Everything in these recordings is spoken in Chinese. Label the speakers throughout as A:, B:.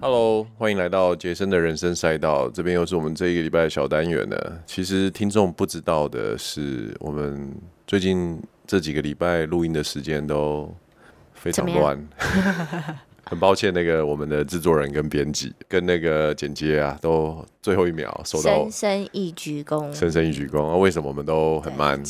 A: Hello，欢迎来到杰森的人生赛道，这边又是我们这一个礼拜的小单元了。其实听众不知道的是，我们最近这几个礼拜录音的时间都非常
B: 怎么样
A: 乱， 很抱歉，那个我们的制作人跟编辑跟那个剪接啊，都最后一秒收到
B: 深深一鞠躬，
A: 深深一鞠躬。啊为什么我们都很慢？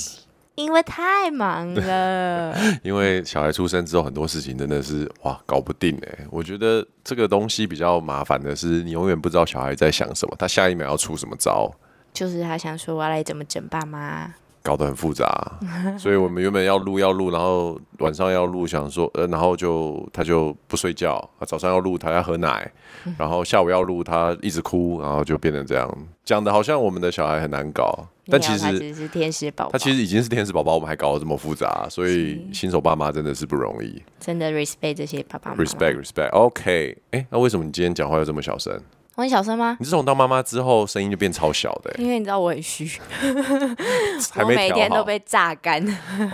B: 因为太忙了。
A: 因为小孩出生之后，很多事情真的是哇搞不定哎、我觉得这个东西比较麻烦的是，你永远不知道小孩在想什么，他下一秒要出什么招，
B: 就是他想说我要来怎么整爸妈，
A: 搞得很复杂。所以我们原本要录要录，然后晚上要录，想说呃，然后就他就不睡觉，啊早上要录他要喝奶，然后下午要录他一直哭，然后就变成这样，讲的好像我们的小孩很难搞，但其
B: 没有他
A: 实
B: 只是天使宝宝，
A: 他其实已经是天使宝宝，我们还搞得这么复杂，所以
B: 是
A: 新手爸妈真的是不容易。
B: 真的 respect 这些爸爸妈妈。
A: respect respect OK，哎、那为什么你今天讲话要这么小声？
B: 我很小声吗？
A: 你自从当妈妈之后，声音就变超小的、 欸，
B: 因为你知道我很虚，
A: 还
B: 我
A: 没
B: 每
A: 调
B: 天
A: 好啊
B: 都 被榨干。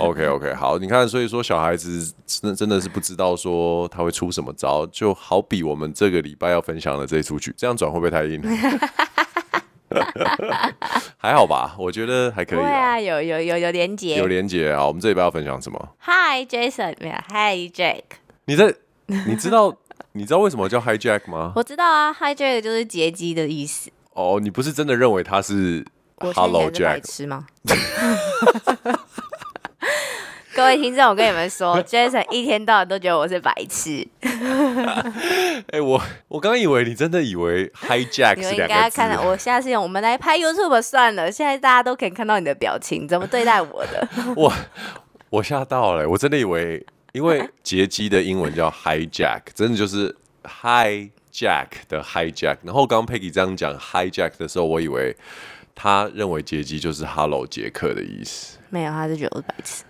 A: OK OK，好，你看，所以说小孩子真真的是不知道说他会出什么招，就好比我们这个礼拜要分享的这一出剧，这样转会不会太硬？ 还好吧，我觉得还可以
B: 对
A: 啦。
B: 啊，有有有有连结
A: 有。连结啊，我们这礼拜要分享什么？
B: Hi Jason，没有 Hi Jake，
A: 你在你知道你知道为什么叫 hijack 吗？
B: 我知道啊，Hi Jake 就是劫机的意思。
A: 哦，你不是真的认为他是
B: 我现在
A: Hello
B: 才是白
A: Jack
B: 痴吗？ 各位听众，我跟你们说，Jason 一天到晚都觉得我是白痴，
A: 哎、我我刚以为你真的以为 hijack
B: 你
A: 是
B: 们应
A: 两
B: 该
A: 个
B: 要
A: 字，啊
B: 看到我下次用我们来拍 YouTube 算了，现在大家都可以看到你的表情，怎么对待我的？
A: 我我吓到了、我真的以为，因 为劫机的英文叫 hijack，真的就是 hijack 的 hijack。然后刚刚 Peggy 这样讲 hijack 的时候，我以为他认为劫机就是 hello 杰克的意思。
B: 没有，他就觉得我是白痴。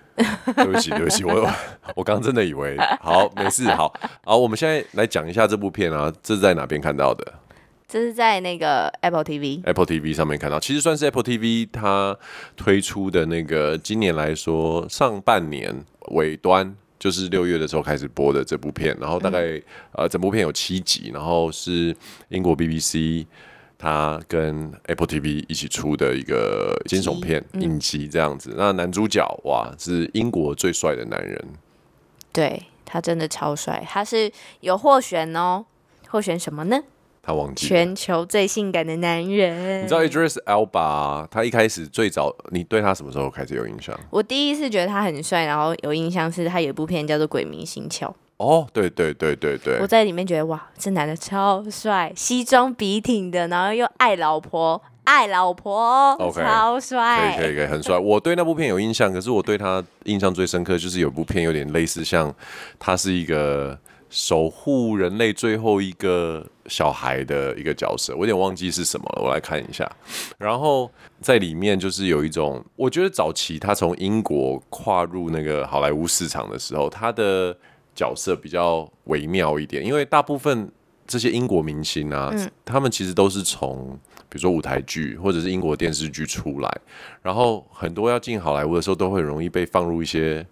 A: 对不起，对不起，我 我刚真的以为好没事，好好，我们现在来讲一下这部片啊，这是在哪边看到的？
B: 这是在那个 Apple TV，
A: Apple TV 上面看到，其实算是 Apple TV 它推出的那个今年来说上半年尾端。就是六月的时候开始播的这部片，然后大概、呃整部片有七集，然后是英国 BBC 它跟 Apple TV 一起出的一个惊悚片影集这样子。那男主角哇是英国最帅的男人，
B: 对他真的超帅，他是有获选哦，获选什么呢？
A: 他忘记了
B: 全球最性感的男人
A: 你知。道 Idris Elba 他一开始最早你对他什么时候开始有印象？
B: 我第一次觉得他很帅，然后有印象是他有一部片叫做《鬼迷心窍》。
A: 哦，对对对对对，
B: 我在里面觉得哇，这男的超帅，西装笔挺的，然后又爱老婆，爱老婆
A: OK，
B: 超
A: 可以
B: 帅。
A: 可以可以，很帅。我对那部片有印象，可是我对他印象最深刻就是有部片有点类似像，他是一个守护人类最后一个小孩的一个角色，我有点忘记是什么了，我来看一下。然后在里面就是有一种，我觉得早期他从英国跨入那个好莱坞市场的时候，他的角色比较微妙一点，因为大部分这些英国明星啊，他们其实都是从比如说舞台剧或者是英国电视剧出来，然后很多要进好莱坞的时候，都会很容易被放入一些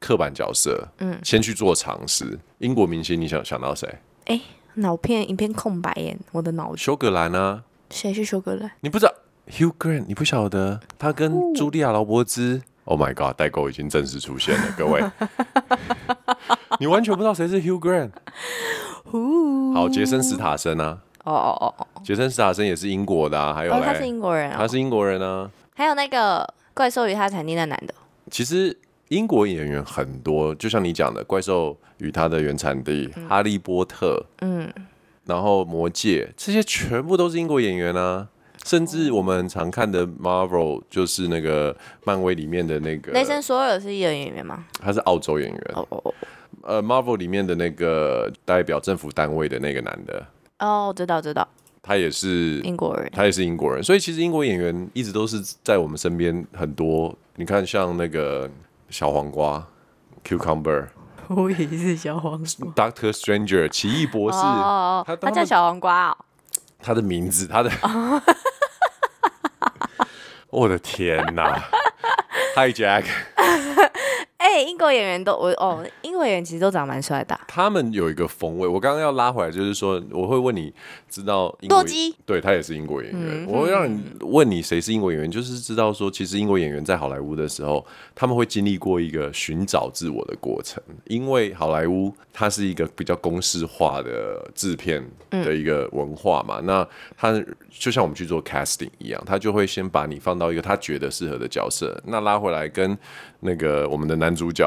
A: 刻板角色，嗯，先去做尝试。英国明星你想想到谁？
B: 哎，脑片一片空白耶，我的脑
A: 休格兰啊，
B: 谁是修格兰？
A: 你不知道 Hugh Grant，你不晓得他
B: 哦
A: 跟茱莉亚劳勃兹。Oh my god！代沟已经正式出现 了，各位，你完全不知道谁是 Hugh Grant。好，杰森·斯塔森啊，
B: 哦哦哦哦，
A: 杰森·斯塔森也是英国的、啊，还有、
B: 哦
A: 嘞，
B: 他是英国人
A: 他
B: 哦，
A: 是英国人啊。
B: 还有那个怪兽与他产地那男的，
A: 其实英国演员很多，就像你讲的，《怪兽与它的原产地》哈利波特》，嗯，然后《魔戒》，这些全部都是英国演员啊。甚
B: 哦
A: 至我们常看的 Marvel 就是那个漫威里面的那个，
B: 雷神索尔是一个演员吗？
A: 他是澳洲演员。
B: 哦哦哦，
A: 呃，Marvel 里面的那个代表政府单位的那个男的，
B: 哦，我知道知道，
A: 他也是
B: 英国人。
A: 他也是英国人，所以其实英国演员一直都是在我们身边很多。你看，像那个小黄瓜 cucumber、
B: 我也是小黄瓜。
A: Doctor Stranger 奇异博
B: 哦
A: 士，
B: 哦
A: 他
B: 哦，
A: 他
B: 他叫小黄瓜哦。
A: 他的名字， 他的，我的天哪！Hi Jack，
B: 哎、对，英国演员都我哦，英国演员其实都长蛮帅的啊、
A: 他们有一个风味。我刚刚要拉回来，就是说，我会问你知道英国
B: 洛基，
A: 对他也是英国演员。我会让你问你谁是英国演员，就是知道说，其实英国演员在好莱坞的时候，他们会经历过一个寻找自我的过程，因为好莱坞它是一个比较公式化的制片的一个文化嘛。那他就像我们去做 casting 一样，他就会先把你放到一个他觉得适合的角色，那拉回来跟那个我们的男主角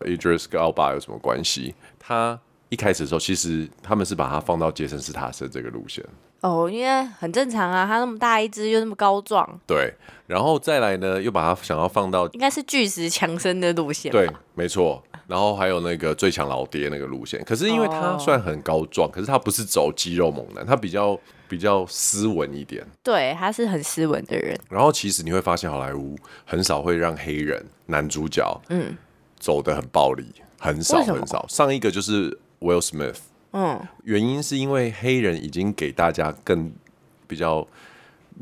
A: Idris Elba 有什么关系？他一开始的时候，其实他们是把他放到杰森·斯塔森这个路线，
B: 哦，因为很正常啊，他那么大一只又那么高壮，
A: 对，然后再来呢，又把他想要放到
B: 应该是巨石强森的路线吧。
A: 对，没错。然后还有那个最强老爹那个路线，可是因为他
B: 哦
A: 虽然很高壮，可是他不是走肌肉猛男，他比较比较斯文一点。
B: 对，他是很斯文的人。
A: 然后其实你会发现，好莱坞很少会让黑人男主角嗯走的很暴力，很少
B: 为什么
A: 很少。上一个就是 Will Smith，
B: 嗯，
A: 原因是因为黑人已经给大家更比较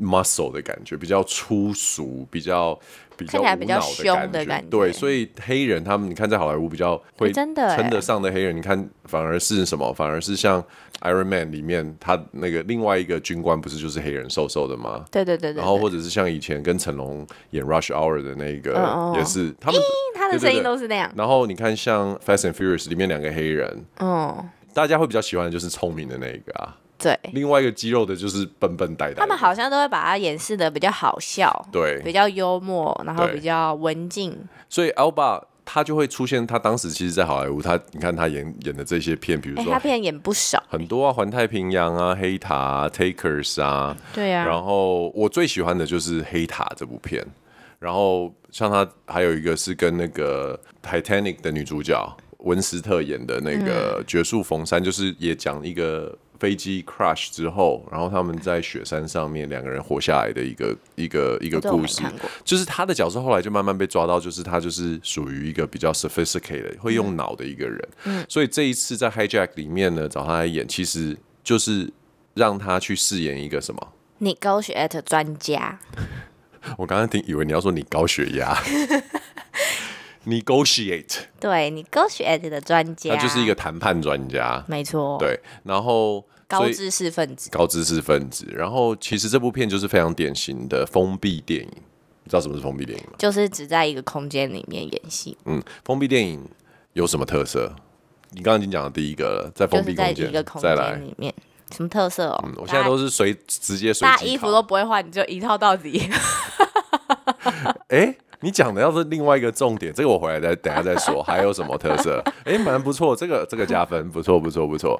A: muscle 的感觉，比较粗俗，比较比较
B: 看起来比较
A: 无脑
B: 凶
A: 的
B: 的感觉
A: 对，所以黑人他们，你看在好莱坞比较会
B: 欸真的欸
A: 称得上的黑人，你看反而是什么？反而是像 Iron Man 里面他那个另外一个军官不是就是黑人瘦瘦的吗？
B: 对对对对对。
A: 然后或者是像以前跟成龙演《Rush Hour》的那个，
B: 嗯嗯
A: 也是他们
B: 他的
A: 对对
B: 声音
A: 对
B: 都是那样。
A: 然后你看像《Fast and Furious》里面两个黑人，
B: 嗯，
A: 大家会比较喜欢的就是聪明的那一个啊，
B: 对。
A: 另外一个肌肉的就是笨笨呆呆的。
B: 他们好像都会把它掩饰的比较好笑，比
A: 对，
B: 较幽默，然后
A: 对
B: 比较文静。
A: 所以 Alba 他就会出现，他当时其实，在好莱坞，他你看他演演的这些片，比如
B: 哎、
A: 说
B: 他片演不少。
A: 很多啊，《环太平洋》啊，《黑塔》啊，《Takers》啊，
B: 对啊，
A: 然后我最喜欢的就是《黑塔》这部片，然后像他还有一个是跟那个《Titanic》的女主角温斯特演的那个《绝处逢生》，就是也讲一个飞机 crash 之后，然后他们在雪山上面两个人活下来的一个一个一个
B: 这我
A: 故
B: 没
A: 事
B: 看过。
A: 就是他的角色后来就慢慢被抓到，就是他就是属于一个比较 sophisticated 会用脑的一个人。
B: 嗯
A: 所以这一次在《Hijack》里面呢，找他来演，其实就是让他去饰演一个什么？
B: 你 g o s h at 专家，
A: 我刚刚听以为你要说你高血 压，negotiate，
B: 对你 g o s h at 的专家，
A: 他就是一个谈判专家，
B: 没错，，
A: 对，然后
B: 高
A: 所以
B: 知识分子。
A: 高知识分子，然后其实这部片就是非常典型的封闭电影，你知道什么是封闭电影吗？
B: 就是只在一个空间里面演戏，
A: 嗯，封闭电影有什么特色？你刚刚已经讲了第一个了，在
B: 就
A: 封
B: 是
A: 闭
B: 在
A: 空
B: 一
A: 间，
B: 个空
A: 再来
B: 间，里面，什么特色哦？
A: 嗯我现在都是随直接随
B: 大家
A: 机
B: 衣服
A: 考
B: 都不会换，你就一套到底。
A: 哎、你讲的要是另外一个重点，这个我回来再等一下再 说。还有什么特色？哎、蛮不错，这个这个加分，不错不错不错。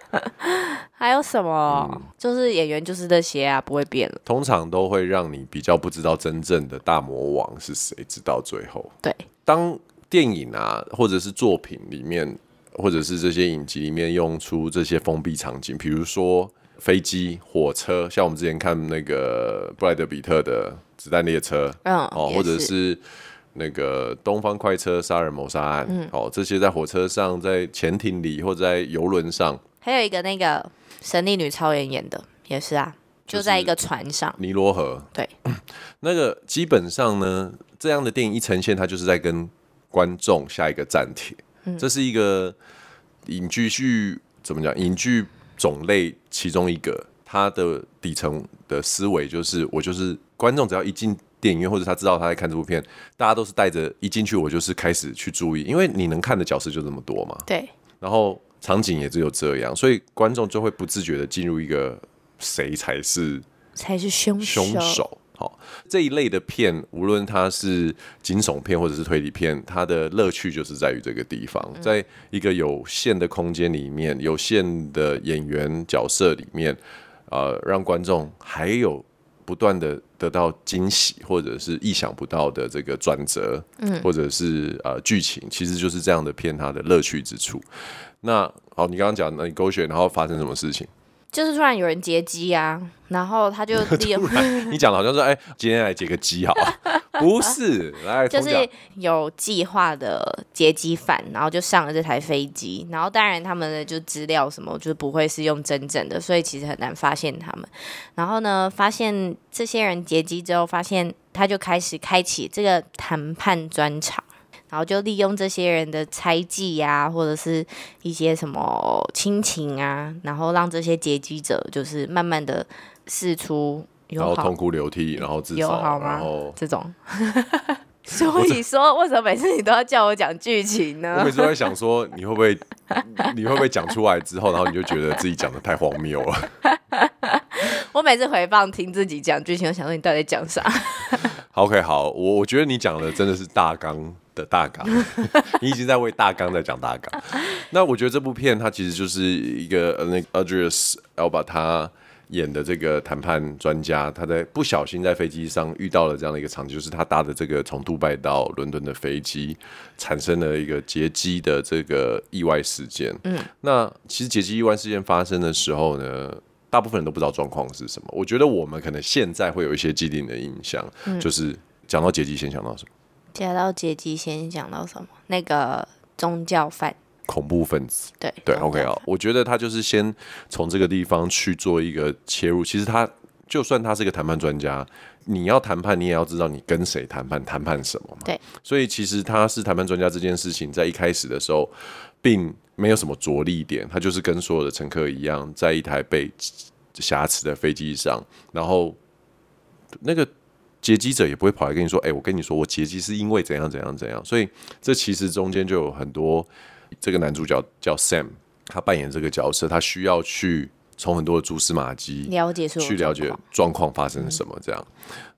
B: 还有什么？
A: 嗯
B: 就是演员就是这些啊，不会变了。
A: 通常都会让你比较不知道真正的大魔王是谁，直到最后。
B: 对，
A: 当电影啊，或者是作品里面，或者是这些影集里面用出这些封闭场景，比如说飞机、火车，像我们之前看那个布莱德比特的《子弹列车》，
B: 嗯
A: 哦，
B: 也
A: 或者
B: 是
A: 是那个东方快车杀人谋杀案，
B: 嗯
A: 哦，这些在火车上、在潜艇里或者在游轮上，
B: 还有一个那个神力女超人演的也是啊，就在一个船上。
A: 尼罗河，
B: 对，
A: 那个基本上呢，这样的电影一呈现，它就是在跟观众下一个站帖。这是一个影剧剧怎么讲？影剧种类其中一个，它的底层的思维就是，我就是观众，只要一进电影院或者他知道他在看这部片，大家都是带着一进去我就是开始去注意，因为你能看的角色就这么多嘛。
B: 对，
A: 然后场景也只有这样，所以观众就会不自觉的进入一个谁才是
B: 才是凶手。
A: 凶手。好，这一类的片，无论它是惊悚片或者是推理片，它的乐趣就是在于这个地方，
B: 嗯
A: 在一个有限的空间里面，有限的演员角色里面，呃，让观众还有不断的得到惊喜，或者是意想不到的这个转折，嗯，或者是呃剧情，其实就是这样的片它的乐趣之处。那好，你刚刚讲那你勾选，然后发生什么事情？
B: 就是突然有人劫机啊，然后他 就利用，
A: 你讲的好像说，哎、今天来解个机好 了，不是，来，
B: 就
A: 重讲
B: 是有计划的劫机犯，然后就上了这台飞机。然后当然他们的就资料什么，就不会是用真正的，所以其实很难发现他们。然后呢，发现这些人劫机之后，发现他就开始开启这个谈判专场。然后就利用这些人的猜忌呀、或者是一些什么亲情啊，然后让这些劫机者就是慢慢的试出
A: 然
B: 友
A: 后痛
B: 好
A: 哭流涕，然后自
B: 友好
A: 杀，
B: 吗
A: 然后
B: 这 种。所以说，为什么每次你都要叫我讲剧情
A: 我
B: 呢
A: 每？次都在想说，你会不会，你会不会讲出来之后，然后你就觉得自己讲的太荒谬了？
B: 我每次回放听自己讲剧情，我想说你到底在讲啥？
A: 好 OK，好，我我觉得你讲的真的是大纲的大纲， 你已经在为大纲在讲大纲。那我觉得这部片它其实就是一个呃那个 Adrius Elba 他演的这个谈判专家，他在不小心在飞机上遇到了这样的一个场景，就是他搭的这个从杜拜到伦敦的飞机，产生了一个劫机的这个意外事件。嗯，那其实劫机意外事件发生的时候呢，大部分人都不知道状况是什么。我觉得我们可能现在会有一些既定的印象，就是讲到劫机先想到什么？
B: 讲到劫机，先讲到什么？那个宗教犯，
A: 恐怖分子。
B: 对
A: 对
B: 宗
A: ，OK
B: 教
A: 啊、我觉得他就是先从这个地方去做一个切入。其实他就算他是个谈判专家，你要谈判，你也要知道你跟谁谈判，谈判什么嘛。
B: 对，
A: 所以其实他是谈判专家这件事情，在一开始的时候，并没有什么着力点，他就是跟所有的乘客一样，在一台被瑕疵的飞机上，然后那个劫机者也不会跑来跟你说：“哎、我跟你说，我劫机是因为怎样怎样怎样。”所以这其实中间就有很多，这个男主角叫 Sam，他扮演这个角色，他需要去从很多的蛛丝马迹
B: 了解所有
A: 去了解
B: 状况
A: 状况发生什么这样。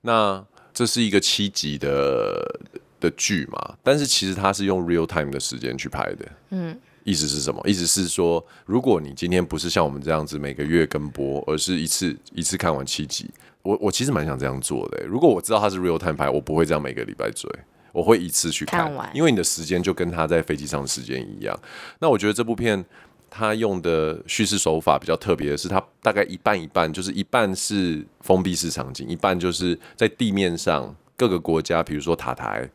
A: 那这是一个七集的的剧嘛，但是其实它是用 real time 的时间去拍的。嗯，意思是什么？意思是说，如果你今天不是像我们这样子每个月跟播，而是一次一次看完七集，我我其实蛮想这样做的欸、如果我知道它是 real time 拍，我不会这样每个礼拜追。我会一次去看，
B: 看完
A: 因为你的时间就跟他在飞机上的时间一样。那我觉得这部片他用的叙事手法比较特别的是，它大概一半一半，就是一半是封闭式场景，一半就是在地面上各个国家，比如说塔台、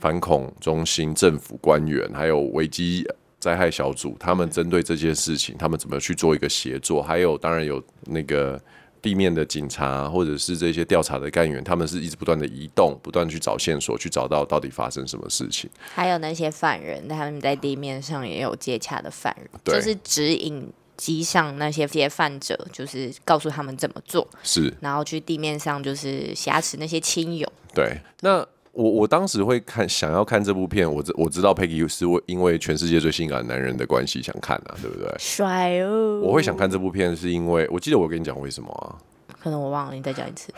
A: 反恐中心、政府官员，还有危机灾害小组，他们针对这些事情，他们怎么去做一个协作，还有当然有那个。地面的警察或者是这些调查的干员，他们是一直不断的移动，不断地去找线索，去找到到底发生什么事情。
B: 还有那些犯人，他们在地面上也有接洽的犯人，
A: 对
B: 就是指引机上那些接犯者，就是告诉他们怎么做，
A: 是，
B: 然后去地面上就是挟持那些亲友。
A: 对，那我我当时会看，想要看这部片，我知我知道 Peggy 是为因为全世界最性感的男人的关系想看啊，对不对？
B: 帅哦！
A: 我会想看这部片，是因为我记得我跟你讲为什么啊？
B: 可能我忘了，你再讲一次。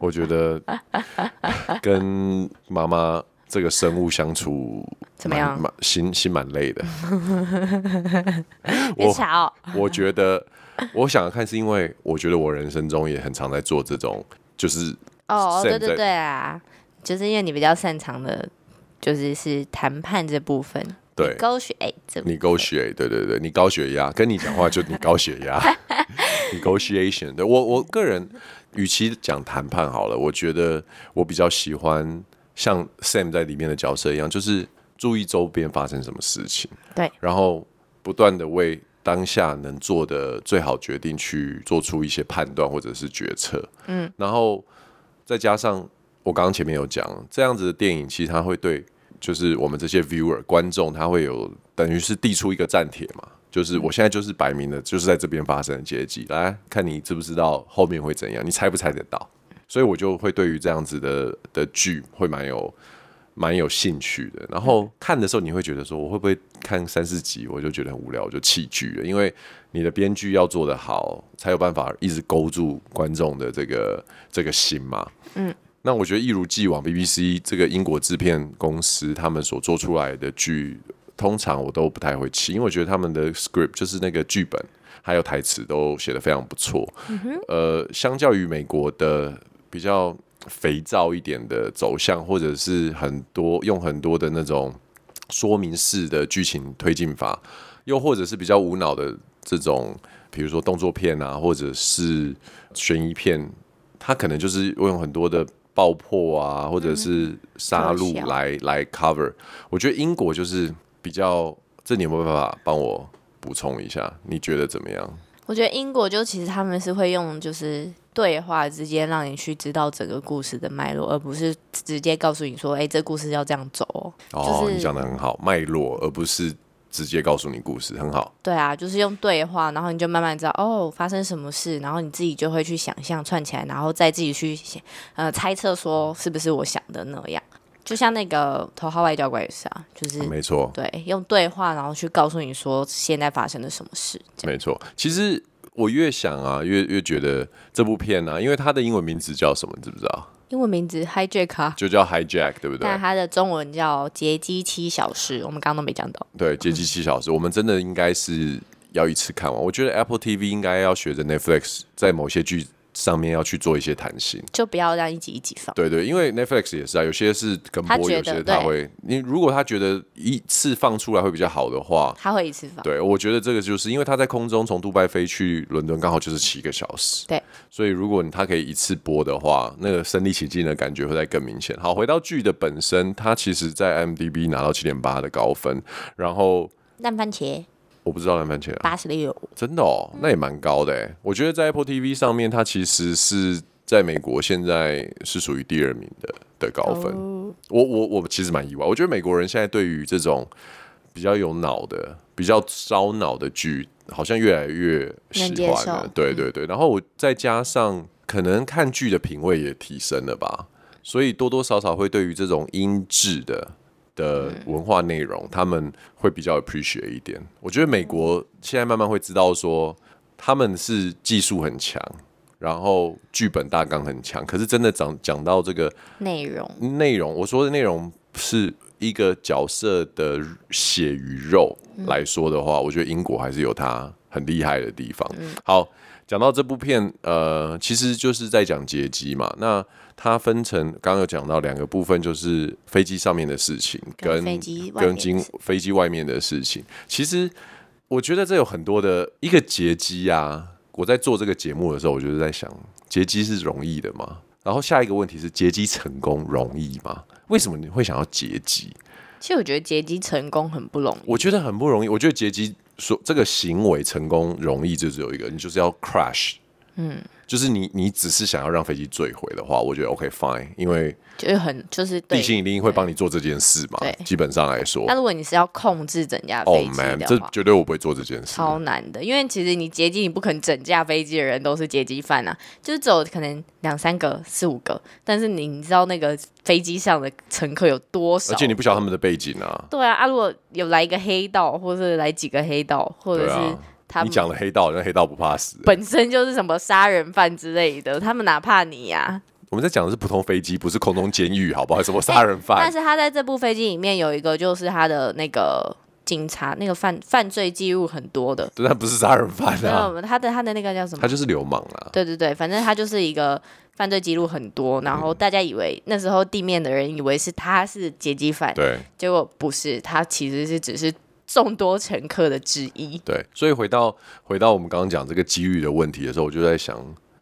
A: 我觉 得跟妈妈这个生物相处
B: 怎么
A: 蛮
B: 样
A: 蛮心心蛮累的。
B: 别
A: 我
B: 吵、
A: 我觉得我想要看，是因为我觉得我人生中也很常在做这种，就是
B: 哦！哦，对
A: 现在
B: 对对啊，就是因为你比较擅长的，就是是谈判这部分。
A: 对
B: g o 这部
A: 你高血，对对对，你高血压，跟你讲话就你高血 压，negotiation 对我我个人，与其讲谈判好了，我觉得我比较喜欢像 Sam 在里面的角色一样，就是注意周边发生什么事情，
B: 对，
A: 然后不断的为当下能做的最好决定去做出一些判断或者是决策，嗯，然后再加上我刚刚前面有讲，这样子的电影其实它会对，就是我们这些 viewer 观众，他会有等于是递出一个站帖嘛，就是我现在就是摆明了就是在这边发生的结局，来看你知不知道后面会怎样，你猜不猜得到？所以我就会对于这样子的的剧会蛮有蛮有兴趣的。然后看的时候，你会觉得说，我会不会看三四集我就觉得很无聊，我就弃剧了？因为你的编剧要做得好，才有办法一直勾住观众的这个这个心嘛。那我觉得一如既往，BBC 这个英国制片公司他们所做出来的剧，通常我都不太会弃，因为我觉得他们的 script 就是那个剧本还有台词都写得非常不错。呃，相较于美国的比较呃肥皂一点的走向，或者是很多用很多的那种说明式的剧情推进法，又或者是比较无脑的这种，呃比如说动作片啊，或者是悬疑片，它可能就是用很多的爆破啊，或者是杀
B: 特效
A: 戮来、来 cover。我觉得英国就是比较，这你有没有办法帮我补充一下？你觉得怎么样？
B: 我觉得英国就其实他们是会用就是对话之间让你去知道整个故事的脉络，而不是直接告诉你说，哎、这故事要这样走、哦。
A: 哦，
B: 就是
A: 你讲的很好，脉络，而不是直接告诉你故事，很好。
B: 对啊，就是用对话，然后你就慢慢知道哦发生什么事，然后你自己就会去想象串起来，然后再自己去想呃猜测说是不是我想的那样。就像那个头号外交官也是啊，就是
A: 没错，
B: 对用对话，然后去告诉你说现在发生了什么事。这样
A: 没错。其实我越想啊，越越觉得这部片啊，因为它的英文名字叫什么，你知不知道？
B: 英文名字 Hijack 啊，
A: 就叫 Hijack，对不对
B: 但？它的中文叫《劫机七小时》，我们刚刚都没讲到。
A: 对，接机七 小时，我们真的应该是要一次看完。我觉得 Apple TV 应该要学着 Netflix，在某些剧上面要去做一些弹性。
B: 就不要让一集一集放。
A: 对对，因为 Netflix 也是啊，有些是跟
B: 他
A: 播，
B: 觉
A: 有些
B: 得
A: 他
B: 对
A: 会，你如果他觉得一次放出来会比较好的话，
B: 他会一次放，
A: 对，我觉得这个就是因为他在空中从杜拜飞去伦敦，刚好就是七个小时。
B: 对，
A: 所以如果你他可以一次播的话，那个身临其境的感觉会再更明显。好，回到剧的本身，它其实在 MDB 拿到七点八的高分，然后
B: 烂番茄
A: 我不知道蓝番茄啊，
B: 八十六，
A: 真的哦，那也蛮高的哎。我觉得在 Apple TV 上面，它其实是在美国现在是属于第二名的的高分。
B: 哦
A: 我我我其实蛮意外，我觉得美国人现在对于这种比较有脑的、比较烧脑的剧，好像越来越喜
B: 能接
A: 欢
B: 受嗯
A: 了。对对对，然后我再加上可能看剧的品味也提升了吧，所以多多少少会对于这种音质的。的
B: 嗯
A: 文化内容，他们会比较 appreciate 一点。我觉得美国现在慢慢会知道说，他们是技术很强，然后剧本大纲很强，可是真的讲讲到这个
B: 内容
A: 内容，我说的内容是一个角色的血与肉来说的话，我觉得英国还是有它很厉害的地方。好，讲到这部片，呃，其实就是在讲劫机嘛。那它分成刚刚有讲到两个部分，就是飞机上面的事情
B: 跟
A: 跟
B: 飞机外面
A: 跟
B: 的
A: 经
B: 事
A: 飞机外面的事情。其实我觉得这有很多的一个劫机啊。我在做这个节目的时候，我就是在想，劫机是容易的吗？然后下一个问题是，劫机成功容易吗？为什么你会想要劫机？
B: 其实我觉得劫机成功很不容易，
A: 我觉得很不容易。我觉得劫机说这个行为成功容易，就只有一个，你就是要 crash。嗯，就是你你只是想要让飞机坠毁的话，我觉得 OK fine，因为
B: 就是很就是对
A: 地。心引力会帮你做这件事嘛
B: 对。
A: 基本上来说
B: 那如果你是要控制整架
A: ，Oh
B: 飞机
A: man，
B: 的
A: 这
B: 话，
A: 绝对我不会做这件事。
B: 超难的，因为其实你劫机，你不可能整架飞机的人都是劫机犯啊，就是只有可能两三个、四五个，但是你知道那个飞机上的乘客有多少？
A: 而且你不晓得他们的背景啊。
B: 对啊，啊，如果有来一个黑道，或者来几个黑道，或者
A: 对
B: 是
A: 啊，
B: 他
A: 你
B: 们
A: 讲了黑道，那黑道不怕死。
B: 本身就是什么杀人犯之类的，他们哪怕你啊呀、
A: 我们在讲的是普通飞机，不是空中监狱，好不好？什么杀人犯
B: 但？是他在这部飞机里面有一个，就是他的那个警察，那个犯犯罪记录很多的，
A: 但他不是杀人犯
B: 没
A: 啊，
B: 有他的他的那个叫什么
A: 他？就是流氓啊。
B: 对对对，反正他就是一个犯罪记录很多，然后大家以为那时候地面的人以为是他是劫机犯，
A: 对
B: 结果不是，他其实是只是众多乘客的之一。
A: 对，所以回到回到我们刚刚讲这个机遇的问题的时候，我就在想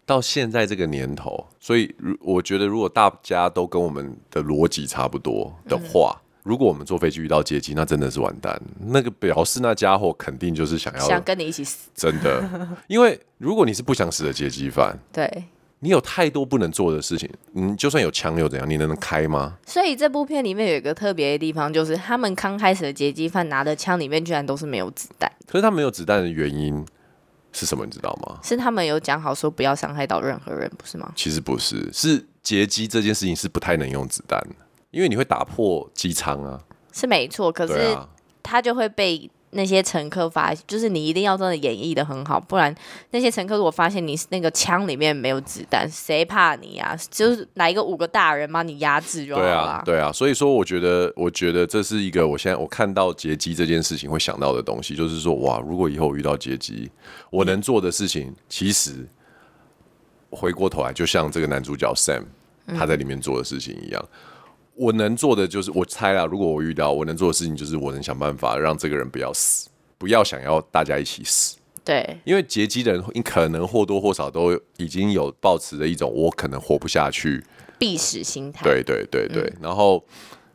A: 到现在这个年头，所以如我觉得如果大家都跟我们的逻辑差不多的
B: 嗯
A: 话。如果我们坐飞机遇到劫机，那真的是完蛋。那个表示那家伙肯定就是想要
B: 想跟你一起死，
A: 真 的，因为如果你是不想死的劫机犯，
B: 对，
A: 你有太多不能做的事情。你就算有枪又怎样？你能开吗？
B: 所以这部片里面有一个特别的地方，就是他们刚开始的劫机犯拿的枪里面居然都是没有子弹，
A: 可是他没有子弹的原因是什么？你知道吗？
B: 是他们有讲好说不要伤害到任何人，不是吗？
A: 其实不是，是劫机这件事情是不太能用子弹的，因为你会打破机舱啊。
B: 是没错，可
A: 对
B: 是
A: 啊，
B: 他就会被那些乘客发，就是你一定要真的演绎的很好，不然那些乘客如果发现你那个枪里面没有子弹，谁怕你啊？就是来一个五个大人把你压制就好
A: 对
B: 了、
A: 啊，对啊。所以说，我觉得，我觉得这是一个我现在我看到劫机这件事情会想到的东西，就是说，哇，如果以后我遇到劫机，我能做的事情，其实回过头来，就像这个男主角 Sam
B: 嗯
A: 他在里面做的事情一样。我能做的就是，我猜啦，如果我遇到，我能做的事情就是，我能想办法让这个人不要死，不要想要大家一起死。
B: 对
A: 因为劫机的人，你可能或多或少都已经有抱持着一种我可能活不下去，
B: 必死心态。
A: 对对对对，然后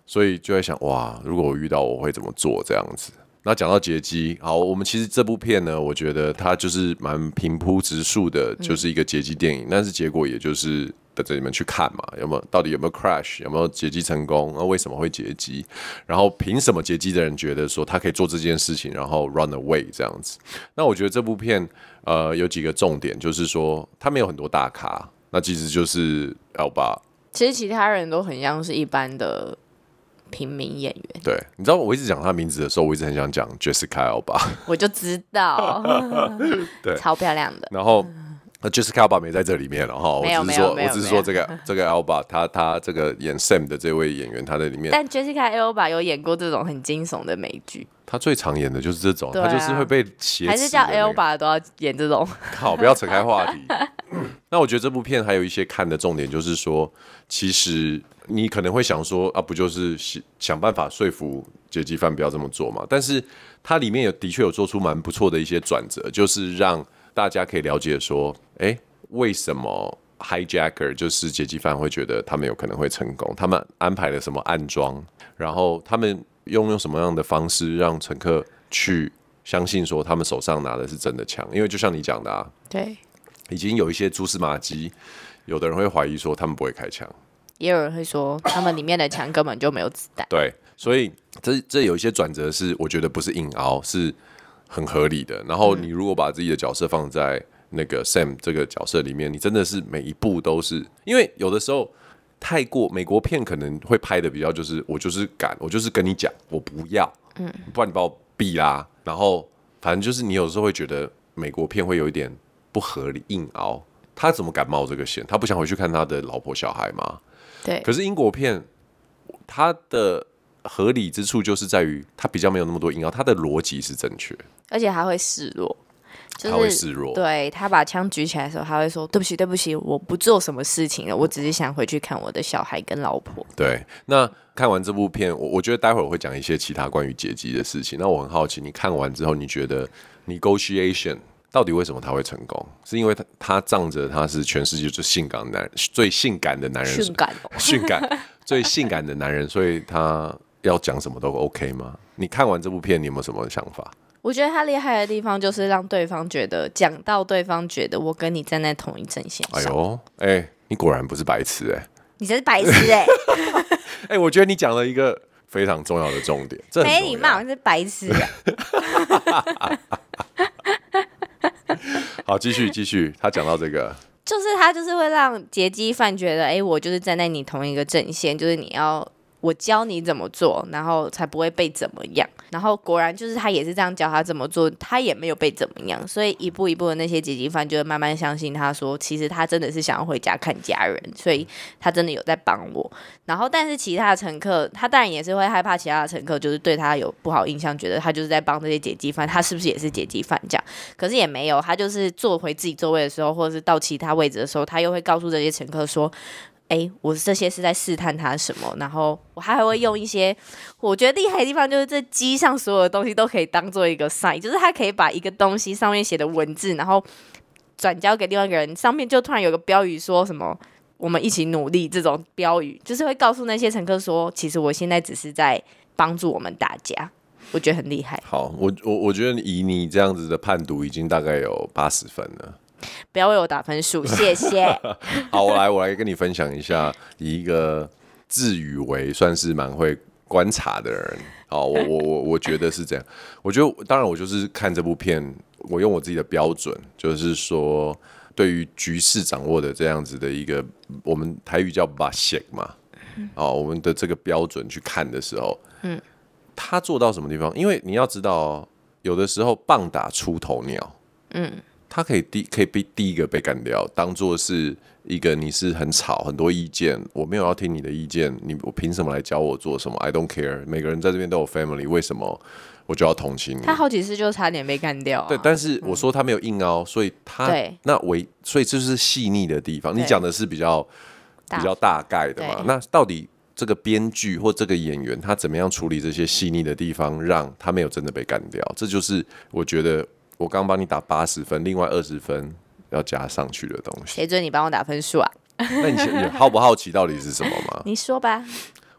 A: 所以就在想，哇，如果我遇到我会怎么做这样子？那讲到劫机，好，我们其实这部片呢，我觉得它就是蛮平铺直述的，就是一个劫机电影，但是结果也就是等着你们去看嘛，有没有到底有没有 crash，有没有劫机成功，那为什么会劫机，然后凭什么劫机的人觉得说他可以做这件事情，然后 run away 这样子？那我觉得这部片呃有几个重点，就是说它没有很多大咖，那其实就是要把
B: 其实其他人都很像是一般的平民演员，
A: 对，你知道我一直讲他名字的时候，我一直很想讲 Jessica Alba，
B: 我就知道
A: 对，
B: 超漂亮的。
A: 然后。那 Jessica Alba 没在这里面了哈，我
B: 嗯
A: 只
B: 没有
A: 是说，
B: 没
A: 我
B: 有
A: 只是
B: 没
A: 说
B: 有
A: 这 个这个 Alba，他他这个演 Sam 的这位演员，他在里面，
B: 但 Jessica Alba 有演过这种很惊悚的美剧，
A: 他最常演的就是这种，
B: 对
A: 他
B: 啊
A: 就是会被挟持的那个、
B: 还是叫 Alba 都要演这种，
A: 好，不要扯开话题。那我觉得这部片还有一些看的重点，就是说，其实你可能会想说啊，不就是想想办法说服劫机犯不要这么做嘛？但是它里面有的确有做出蛮不错的一些转折，就是让大家可以了解说，诶，为什么 hijacker 就是劫机犯会觉得他们有可能会成功？他们安排了什么暗装？然后他们用用什么样的方式让乘客去相信说他们手上拿的是真的枪？因为就像你讲的啊，
B: 对，
A: 已经有一些蛛丝马迹，有的人会怀疑说他们不会开枪，
B: 也有人会说他们里面的枪根本就没有子弹。
A: 对，所以这这有一些转折是我觉得不是硬熬，是很合理的。然后你如果把自己的角色放在那个 Sam 这个角色里面，你真的是每一步都是，因为有的时候太过美国片可能会拍的比较就是我就是敢，我就是跟你讲我不要，嗯，不然你把我毙啦。然后反正就是你有时候会觉得美国片会有一点不合理，硬熬。他怎么敢冒这个险？他不想回去看他的老婆小孩吗？
B: 对
A: 可，是英国片，它的合理之处就是在于它比较没有那么多硬凹，它的逻辑是正确。
B: 而且还会示弱，就是、
A: 他会示弱
B: 对他把枪举起来的时候，他会说：“对不起，对不起，我不做什么事情了，我只是想回去看我的小孩跟老婆。
A: 对，那看完这部片，我我觉得待会儿我会讲一些其他关于劫机的事情。那我很好奇，你看完之后，你觉得 negotiation 到底为什么他会成功？是因为他他仗着他是全世界最性感的男最性感的 男”人，
B: 迅感哦，
A: 性感最性感的男人，所以他要讲什么都 OK 吗？你看完这部片，你有没有什么想法？
B: 我觉得他厉害的地方就是让对方觉得讲到对方觉得我跟你站在同一阵线
A: 哎
B: 上，
A: 呦，哎、你果然不是白痴哎、
B: 你才是白痴 哎、
A: 哎、我觉得你讲了一个非常重要的重点，这很
B: 没
A: 重
B: 礼
A: 要
B: 貌，。你是白痴、啊。
A: 好，继续继续，他讲到这个，
B: 就是他就是会让劫机犯觉得，哎、我就是站在你同一个阵线，就是你要我教你怎么做，然后才不会被怎么样。然后果然就是他也是这样教他怎么做，他也没有被怎么样，所以一步一步的那些劫机犯就会慢慢相信他说，其实他真的是想要回家看家人，所以他真的有在帮我。然后但是其他的乘客，他当然也是会害怕其他的乘客就是对他有不好印象，觉得他就是在帮这些劫机犯，他是不是也是劫机犯这样？可是也没有，他就是坐回自己座位的时候，或者是到其他位置的时候，他又会告诉这些乘客说：“哎、我这些是在试探他什么。”然后我还会用一些我觉得厉害的地方，就是这机上所有的东西都可以当做一个 sign，就是他可以把一个东西上面写的文字，然后转交给另外一个人，上面就突然有个标语说什么。我们一起努力，这种标语就是会告诉那些乘客说，其实我现在只是在帮助我们大家，我觉得很厉害。
A: 好，我我我觉得以你这样子的判读，已经大概有八十分了。
B: 不要为我打分数，谢谢。
A: 好，我来我来跟你分享一下，以一个自以为算是蛮会观察的人，好，我我我我觉得是这样。我觉得当然我就是看这部片，我用我自己的标准，就是说对于局势掌握的这样子的一个，我们台语叫把线嘛，哦，我们的这个标准去看的时候，嗯，他做到什么地方？因为你要知道、哦，有的时候棒打出头鸟，他可以第可以被第一个被干掉，当做是一个你是很吵，很多意见，我没有要听你的意见，你我凭什么来教我做什么？I don't care，每个人在这边都有 family，为什么我就要同情你？
B: 他好几次就差点被干掉、啊。
A: 对，但是我说他没有硬凹，所以他
B: 对
A: 那为所以这就是细腻的地方。你
B: 对
A: 讲的是比较
B: 大
A: 比较大概的嘛
B: 对？
A: 那到底这个编剧或这个演员他怎么样处理这些细腻的地方，让他没有真的被干掉？这就是我觉得我刚帮你打八十分，另外二十分要加上去的东西。
B: 谁准你帮我打分数啊？
A: 那你你 好不好奇到底是什么吗？
B: 你说吧。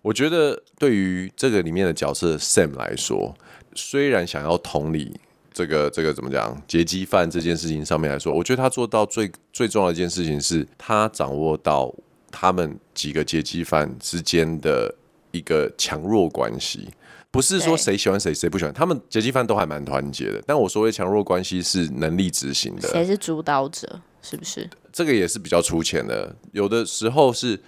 A: 我觉得对于这个里面的角色 Sam 来说，虽然想要同理这个这个怎么讲劫机犯这件事情上面来说，我觉得他做到最最重要的一件事情是，他掌握到他们几个劫机犯之间的一个强弱关系。不是说
B: 对
A: 谁喜欢谁，谁不喜欢，他们劫机犯都还蛮团结的。但我所谓强弱关系是能力执行的，
B: 谁是主导者？是不是？
A: 这个也是比较粗浅的。有的时候是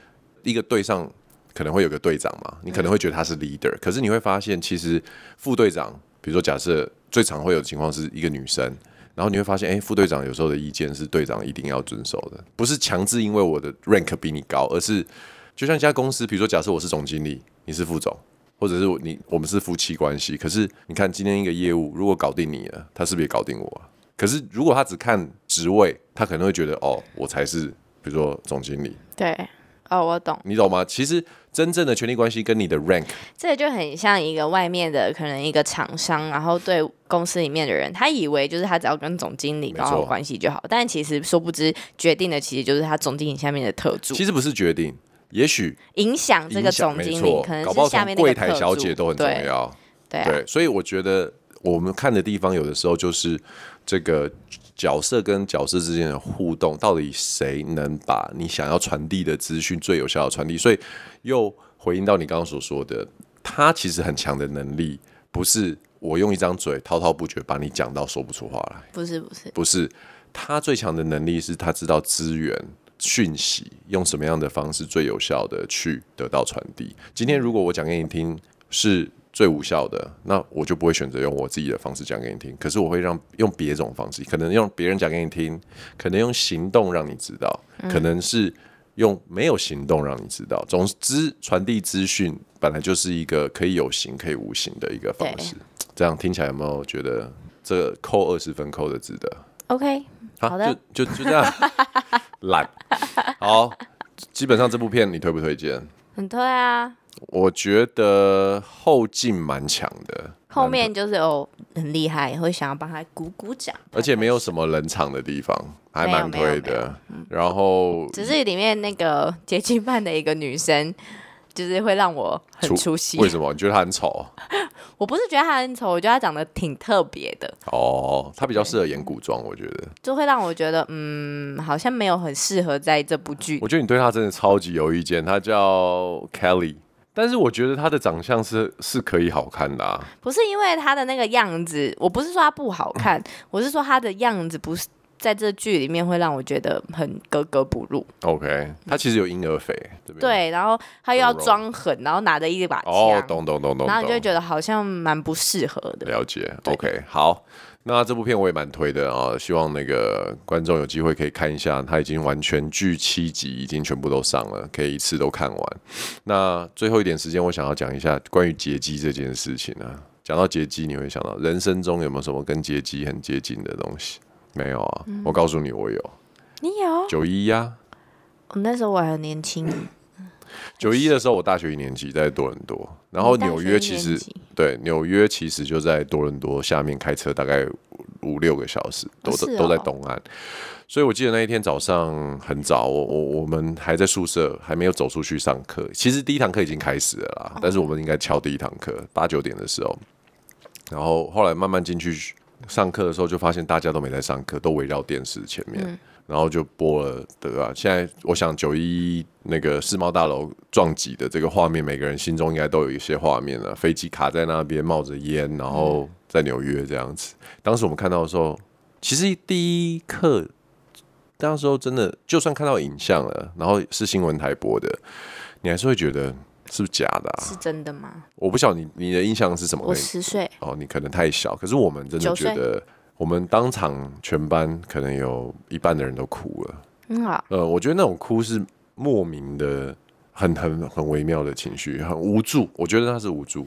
A: 一个队上可能会有个队长嘛，你可能会觉得他是 leader，、可是你会发现其实副队长，比如说假设最常会有的情况是一个女生。然后你会发现，哎，副队长有时候的意见是队长一定要遵守的，不是强制因为我的 rank 比你高，而是就像一家公司，比如说假设我是总经理，你是副总，或者是我你我们是夫妻关系，可是你看今天一个业务如果搞定你了，他是不是也搞定我啊？可是如果他只看职位，他可能会觉得哦，我才是比如说总经理，
B: 对，哦，我懂。
A: 你懂吗？其实真正的权力关系跟你的 rank
B: 这就很像一个外面的可能一个厂商，然后对公司里面的人，他以为就是他只要跟总经理搞好
A: 没错
B: 关系就好，但其实殊不知决定的其实就是他总经理下面的特助，
A: 其实不是决定，也许
B: 影响这
A: 影
B: 个
A: 响
B: 总
A: 没
B: 经理
A: 错，
B: 可能
A: 搞不好
B: 是下
A: 从
B: 面那个
A: 柜
B: 特
A: 台
B: 助。
A: 小姐都很重要。
B: 对对啊
A: 对，所以我觉得我们看的地方有的时候就是这个角色跟角色之间的互动，到底谁能把你想要传递的资讯最有效的传递？所以又回应到你刚刚所说的，他其实很强的能力，不是我用一张嘴滔滔不绝把你讲到说不出话来。
B: 不是不是，
A: 不是，他最强的能力是他知道资源、讯息用什么样的方式最有效的去得到传递。今天如果我讲给你听是最无效的，那我就不会选择用我自己的方式讲给你听，可是我会让用别种方式，可能用别人讲给你听，可能用行动让你知道，可能是。用没有行动让你知道，总之传递资讯本来就是一个可以有形可以无形的一个方
B: 对
A: 式。这样听起来有没有觉得这扣二十分扣的值得？
B: OK，
A: 啊
B: 好的，
A: 就就就这样，懒。好，基本上这部片你推不推荐？
B: 很对啊。
A: 我觉得后劲蛮强的，
B: 后面就是哦，很厉害，也会想要帮他鼓鼓掌。
A: 而且没有什么冷场的地方，还
B: 没有
A: 蛮
B: 没有
A: 推
B: 没有
A: 的。然后
B: 只是里面那个 结晶办的一个女生，就是会让我很出戏。
A: 为什么？你觉得他很丑？
B: 我不是觉得她很丑，我觉得她长得挺特别的，
A: 哦，他比较适合演古装，我觉得。
B: 就会让我觉得嗯，好像没有很适合在这部剧
A: 我。觉得你对他真的超级有意见。他叫 Kelly，但是我觉得他的长相是是可以好看的、啊。
B: 不是因为她的那个样子，我不是说她不好看，我是说她的样子不是在这剧里面会让我觉得很格格不入。
A: OK，他其实有婴儿肥，对不对？
B: 对，然后她又要
A: 柔柔
B: 装狠，然后拿着一把枪，
A: 哦，懂懂懂懂。
B: 然后你就
A: 懂
B: 会觉得好像蛮不适合的。
A: 了解
B: 对
A: ，OK，好，那这部片我也蛮推的啊、希望那个观众有机会可以看一下，它已经完全剧七集已经全部都上了，可以一次都看完。那最后一点时间，我想要讲一下关于劫机这件事情啊。讲到劫机，你会想到人生中有没有什么跟劫机很接近的东西？没有啊，
B: 嗯
A: 我告诉你，我有
B: 你有？
A: 九一啊呀。
B: 我那时候我还很年轻，
A: 九一的时候，我大学一年级在多伦多，然后
B: 你大学
A: 纽约其
B: 一年
A: 实
B: 级
A: 对纽约其实就在多伦多下面开车大概五五六个小时，都、
B: 是哦
A: 都在东岸。所以我记得那一天早上很早，我我我们还在宿舍，还没有走出去上课。其实第一堂课已经开始了啦，但是我们应该敲第一堂课八九点的时候，然后后来慢慢进去上课的时候，就发现大家都没在上课，都围绕电视前面，
B: 嗯
A: 然后就播了的啊。现在我想九一那个世贸大楼撞击的这个画面，每个人心中应该都有一些画面了、飞机卡在那边冒着烟，然后在纽约这样子。当时我们看到的时候，其实第一刻。那时候真的，就算看到影像了，然后是新闻台播的，你还是会觉得是不是假的、啊？
B: 是真的吗？
A: 我不晓得你你的印象是什么？
B: 我十岁，
A: 哦，你可能太小，可是我们真的
B: 九岁
A: 觉得，我们当场全班可能有一半的人都哭了。
B: 很嗯好，
A: 呃，我觉得那种哭是莫名的，很很很微妙的情绪，很无助。我觉得那是无助，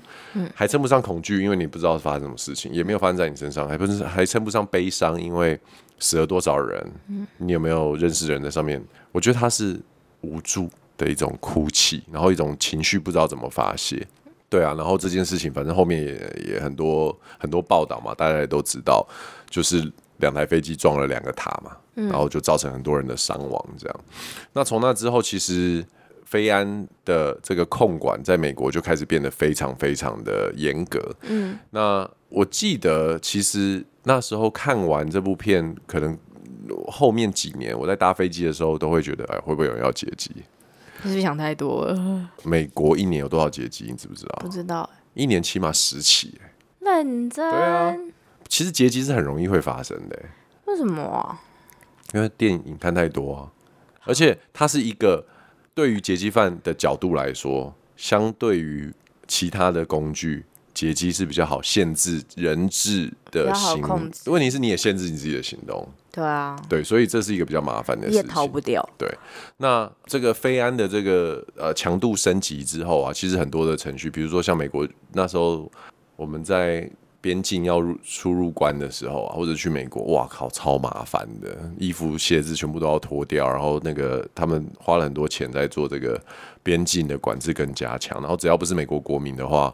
A: 还称不上恐惧，因为你不知道发生什么事情，也没有发生在你身上，还不是还称不上悲伤，因为死了多少人，你有没有认识的人在上面？我觉得他是无助的一种哭泣，然后一种情绪不知道怎么发泄。对啊，然后这件事情，反正后面也也很多很多报道嘛，大家也都知道，就是两台飞机撞了两个塔嘛，然后就造成很多人的伤亡这样。那从那之后，其实飞安的这个控管在美国就开始变得非常非常的严格。嗯，那我记得其实那时候看完这部片，可能后面几年我在搭飞机的时候都会觉得，哎，会不会有人要劫机？
B: 你是不是想太多了？
A: 美国一年有多少劫机，你知不知
B: 不
A: 道？
B: 知道、欸，
A: 一年起码十起、哎
B: 认真？
A: 对啊其实劫机是很容易会发生的、哎
B: 为什么啊？
A: 因为电影看太多啊，而且它是一个对于劫机犯的角度来说，相对于其他的工具，劫机是比较好限制人质
B: 比
A: 的
B: 较好
A: 行
B: 控制。
A: 问题是你也限制你自己的行动，
B: 对啊，
A: 对，所以这是一个比较麻烦的事
B: 也
A: 情。
B: 逃不掉。
A: 对，那这个飞安的这个呃强度升级之后啊，其实很多的程序，比如说像美国那时候我们在边境要入出入关的时候啊，或者去美国，哇靠，超麻烦的，衣服鞋子全部都要脱掉，然后那个他们花了很多钱在做这个边境的管制跟加强，然后只要不是美国国民的话，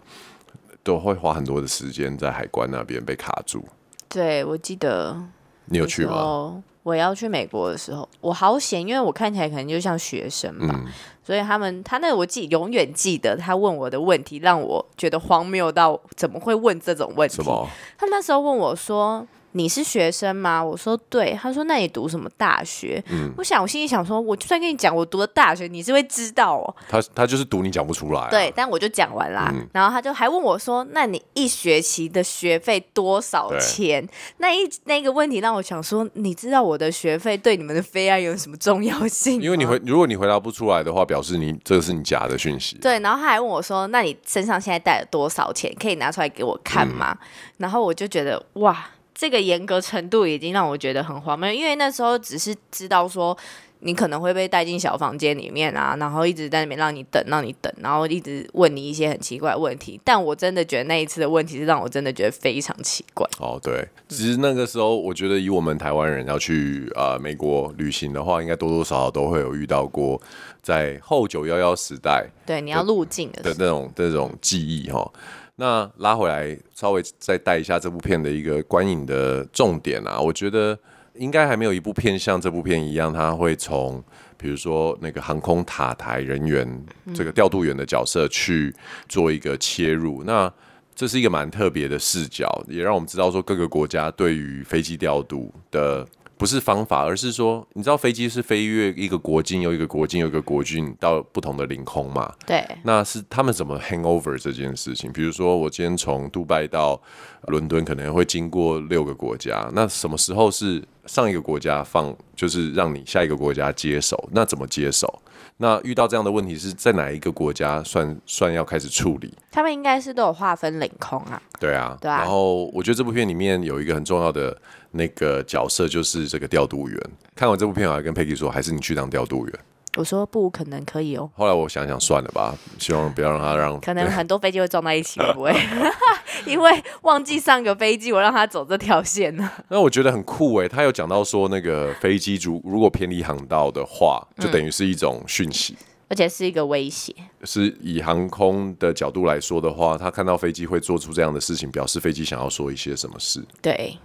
A: 都会花很多的时间在海关那边被卡住。
B: 对，我记得
A: 你有去吗？
B: 哦，我要去美国的时候，我好险，因为我看起来可能就像学生吧，
A: 嗯
B: 所以他们他那个我记永远记得他问我的问题，让我觉得荒谬到怎么会问这种问题
A: 什？么？
B: 他那时候问我说。你是学生吗？我说对。他说那你读什么大学？
A: 嗯
B: 我想我心里想说，我就算跟你讲我读的大学，你是会知道哦。
A: 他他就是赌你讲不出来、啊。嗯
B: 对，但我就讲完啦。然后他就还问我说：“那你一学期的学费多少
A: 对
B: 钱？”那一那个问题让我想说，你知道我的学费对你们的非爱有什么重要性吗？
A: 因为你回，如果你回答不出来的话，表示你这是你假的讯息。
B: 对，然后他还问我说：“那你身上现在带了多少钱？可以拿出来给我看吗？”然后我就觉得哇，这个严格程度已经让我觉得很荒谬，因为那时候只是知道说。你可能会被带进小房间里面啊，然后一直在那边让你等，让你等，然后一直问你一些很奇怪的问题。但我真的觉得那一次的问题是让我真的觉得非常奇怪。
A: 哦，对，其实那个时候，我觉得以我们台湾人要去呃美国旅行的话，应该多多少少都会有遇到过，在后九幺幺时代
B: 对，你要入境的
A: 的
B: 时
A: 那种那种记忆哈。那拉回来，稍微再带一下这部片的一个观影的重点啊，我觉得应该还没有一部片像这部片一样，它会从比如说那个航空塔台人员、这个调度员的角色去做一个切入。那这是一个蛮特别的视角，也让我们知道说各个国家对于飞机调度的不是方法，而是说，你知道飞机是飞越一个国境又一个国境又一个国境到不同的领空嘛？
B: 候，对，
A: 那是他们怎么 hangover 这件事情。比如说，我今天从杜拜到伦敦，可能会经过六个国家。那什么时候是上一个国家放，就是让你下一个国家接手？那怎么接手？那遇到这样的问题是在哪一个国家算算要开始处理？
B: 他们应该是都有划分领空啊。
A: 对啊，
B: 对啊
A: 然后我觉得这部片里面有一个很重要的那个角色就是这个调度员。看完这部片，我还跟 Peggy 说，还是你去当调度员。
B: 我说不可能可以哦，
A: 后来我想想，算了吧，希望不要让他让
B: 可能很多飞机会撞在一起，会 不会？ 因为忘记上个飞机，我让他走这条线了。
A: 那我觉得很酷诶、他有讲到说，那个飞机如如果偏离航道的话，就等于是一种讯息。
B: 而且是一个威胁，
A: 是以航空的角度来说的话，他看到飞机会做出这样的事情，表示飞机想要说一些什么事。
B: 对，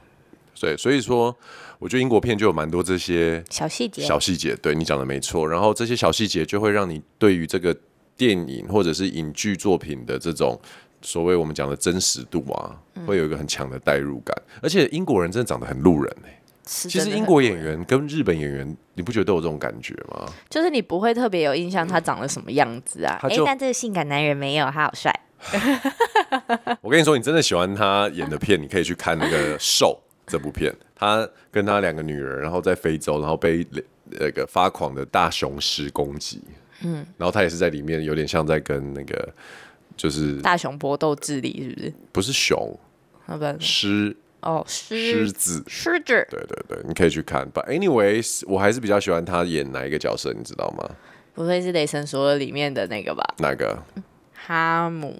A: 对，所以说，我觉得英国片就有蛮多这些
B: 小细节，
A: 小细节，对你讲的没错。然后这些小细节就会让你对于这个电影或者是影剧作品的这种所谓我们讲的真实度啊，会有一个很强的代入感。而且英国人真的长得很路人欸
B: 是
A: 其
B: 真
A: 实
B: 的
A: 英
B: 很
A: 国演员跟日本演员，你不觉得都有这种感觉吗？
B: 就是你不会特别有印象他长得什么样子啊？
A: 他
B: 哎、
A: 就
B: 但这个性感男人没有，他好帅。
A: 我跟你说，你真的喜欢他演的片，你可以去看那个《兽》这部片，他跟他两个女儿，然后在非洲，然后被那个发狂的大雄狮攻击。嗯，然后他也是在里面有点像在跟那个就是
B: 大雄搏斗智力是不是？
A: 不是熊
B: 啊不然，
A: 狮
B: 哦，
A: 狮
B: 狮
A: 子。
B: 狮子，
A: 对对对，你可以去看。But anyways，我还是比较喜欢他演哪一个角色，你知道吗？
B: 不会是雷神索尔里面的那个吧？
A: 哪个？
B: 哈姆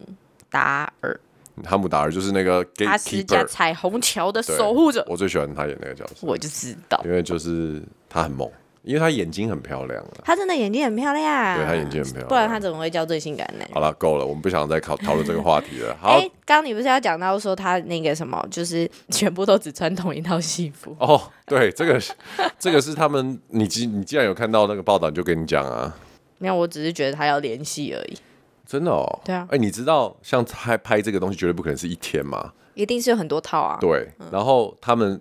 B: 达尔，
A: 哈姆达尔就是那个
B: 他是架
A: gatekeeper，
B: 彩虹桥的
A: 对
B: 守护者，
A: 我最喜欢他演那个角色。
B: 我就知道，
A: 因为就是她很猛，因为她眼睛很漂亮啊。
B: 他真的眼睛很漂亮，
A: 对她眼睛很漂亮啊
B: 不然他怎么会叫最性感男人？
A: 好了，够了，我们不想再讨讨论这个话题了。好
B: 哎，，刚刚你不是要讲到说他那个什么，就是全部都只穿同一套戏服？
A: 哦哦，对，这个这个是他们，你既你既然有看到那个报道，你就跟你讲啊，
B: 没有，我只是觉得他要联系而已，
A: 真的哦。
B: 对啊
A: 哎、你知道像拍拍这个东西绝对不可能是一天嘛？
B: 一定是有很多套啊。
A: 对。然后他们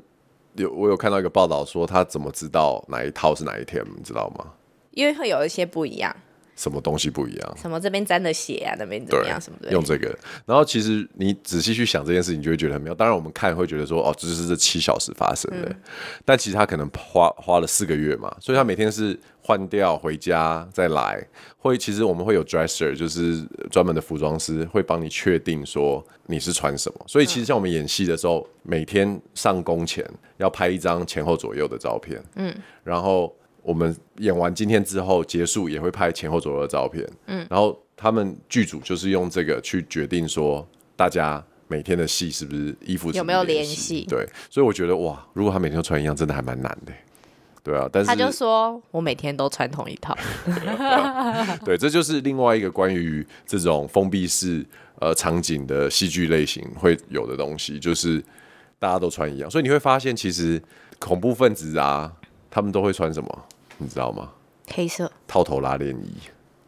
A: 有我有看到一个报道说他怎么知道哪一套是哪一天，你知道吗？
B: 因为会有一些不一样，
A: 什么东西不一样？
B: 什么这边沾了血啊，那边怎
A: 对，
B: 么样，什么的。
A: 用这个。然后其实你仔细去想这件事情，你就会觉得很妙。当然我们看会觉得说，哦，这就是这七小时发生
B: 嗯
A: 的，但其实他可能花花了四个月嘛，所以他每天是换掉回家再来。会其实我们会有 dresser，就是专门的服装师会帮你确定说你是穿什么。所以其实
B: 嗯
A: 像我们演戏的时候，每天上工前要拍一张前后左右的照片，嗯，然后。我们演完今天之后结束也会拍前后左右的照片，嗯，然后他们剧组就是用这个去决定说大家每天的戏是不是衣服是不是
B: 有没有
A: 联
B: 联系
A: 对，所以我觉得哇，如果他每天都穿一样，真的还蛮难的，对啊，但是
B: 他就说我每天都穿同一 套，
A: 对，这就是另外一个关于这种封闭式呃场景的戏剧类型会有的东西，就是大家都穿一样，所以你会发现其实恐怖分子啊，他们都会穿什么，你知道吗？
B: 黑色
A: 套头拉链衣，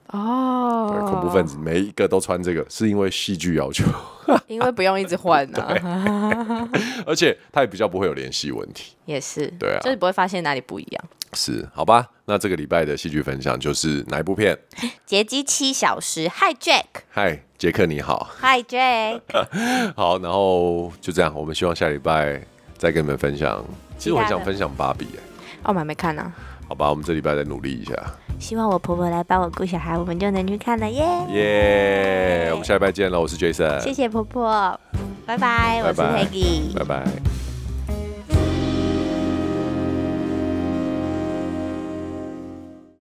B: 哦
A: 对，恐怖分子每一个都穿这个，是因为戏剧要求，
B: 因为不用一直换啊，
A: 而且他也比较不会有联系问题。
B: 也是，
A: 对啊
B: 就是不会发现哪里不一样。
A: 是，好吧，那这个礼拜的戏剧分享就是哪一部片？
B: 劫机七小时，Hi Jack，Hi
A: 嗨，杰克你好，
B: Jack，
A: 好，然后就这样，我们希望下礼拜再跟你们分享。其实我很
B: 期待
A: 想
B: 的
A: 分享芭比、欸，
B: 哦我们还没看呢、
A: 好吧，我们这礼拜再努力一下，
B: 希望我婆婆来帮我顾小孩，我们就能去看了耶。
A: 耶、我们下礼拜见了，我是 Jason，
B: 谢谢婆婆，拜拜，我是
A: 拜拜
B: Peggy。
A: 拜拜。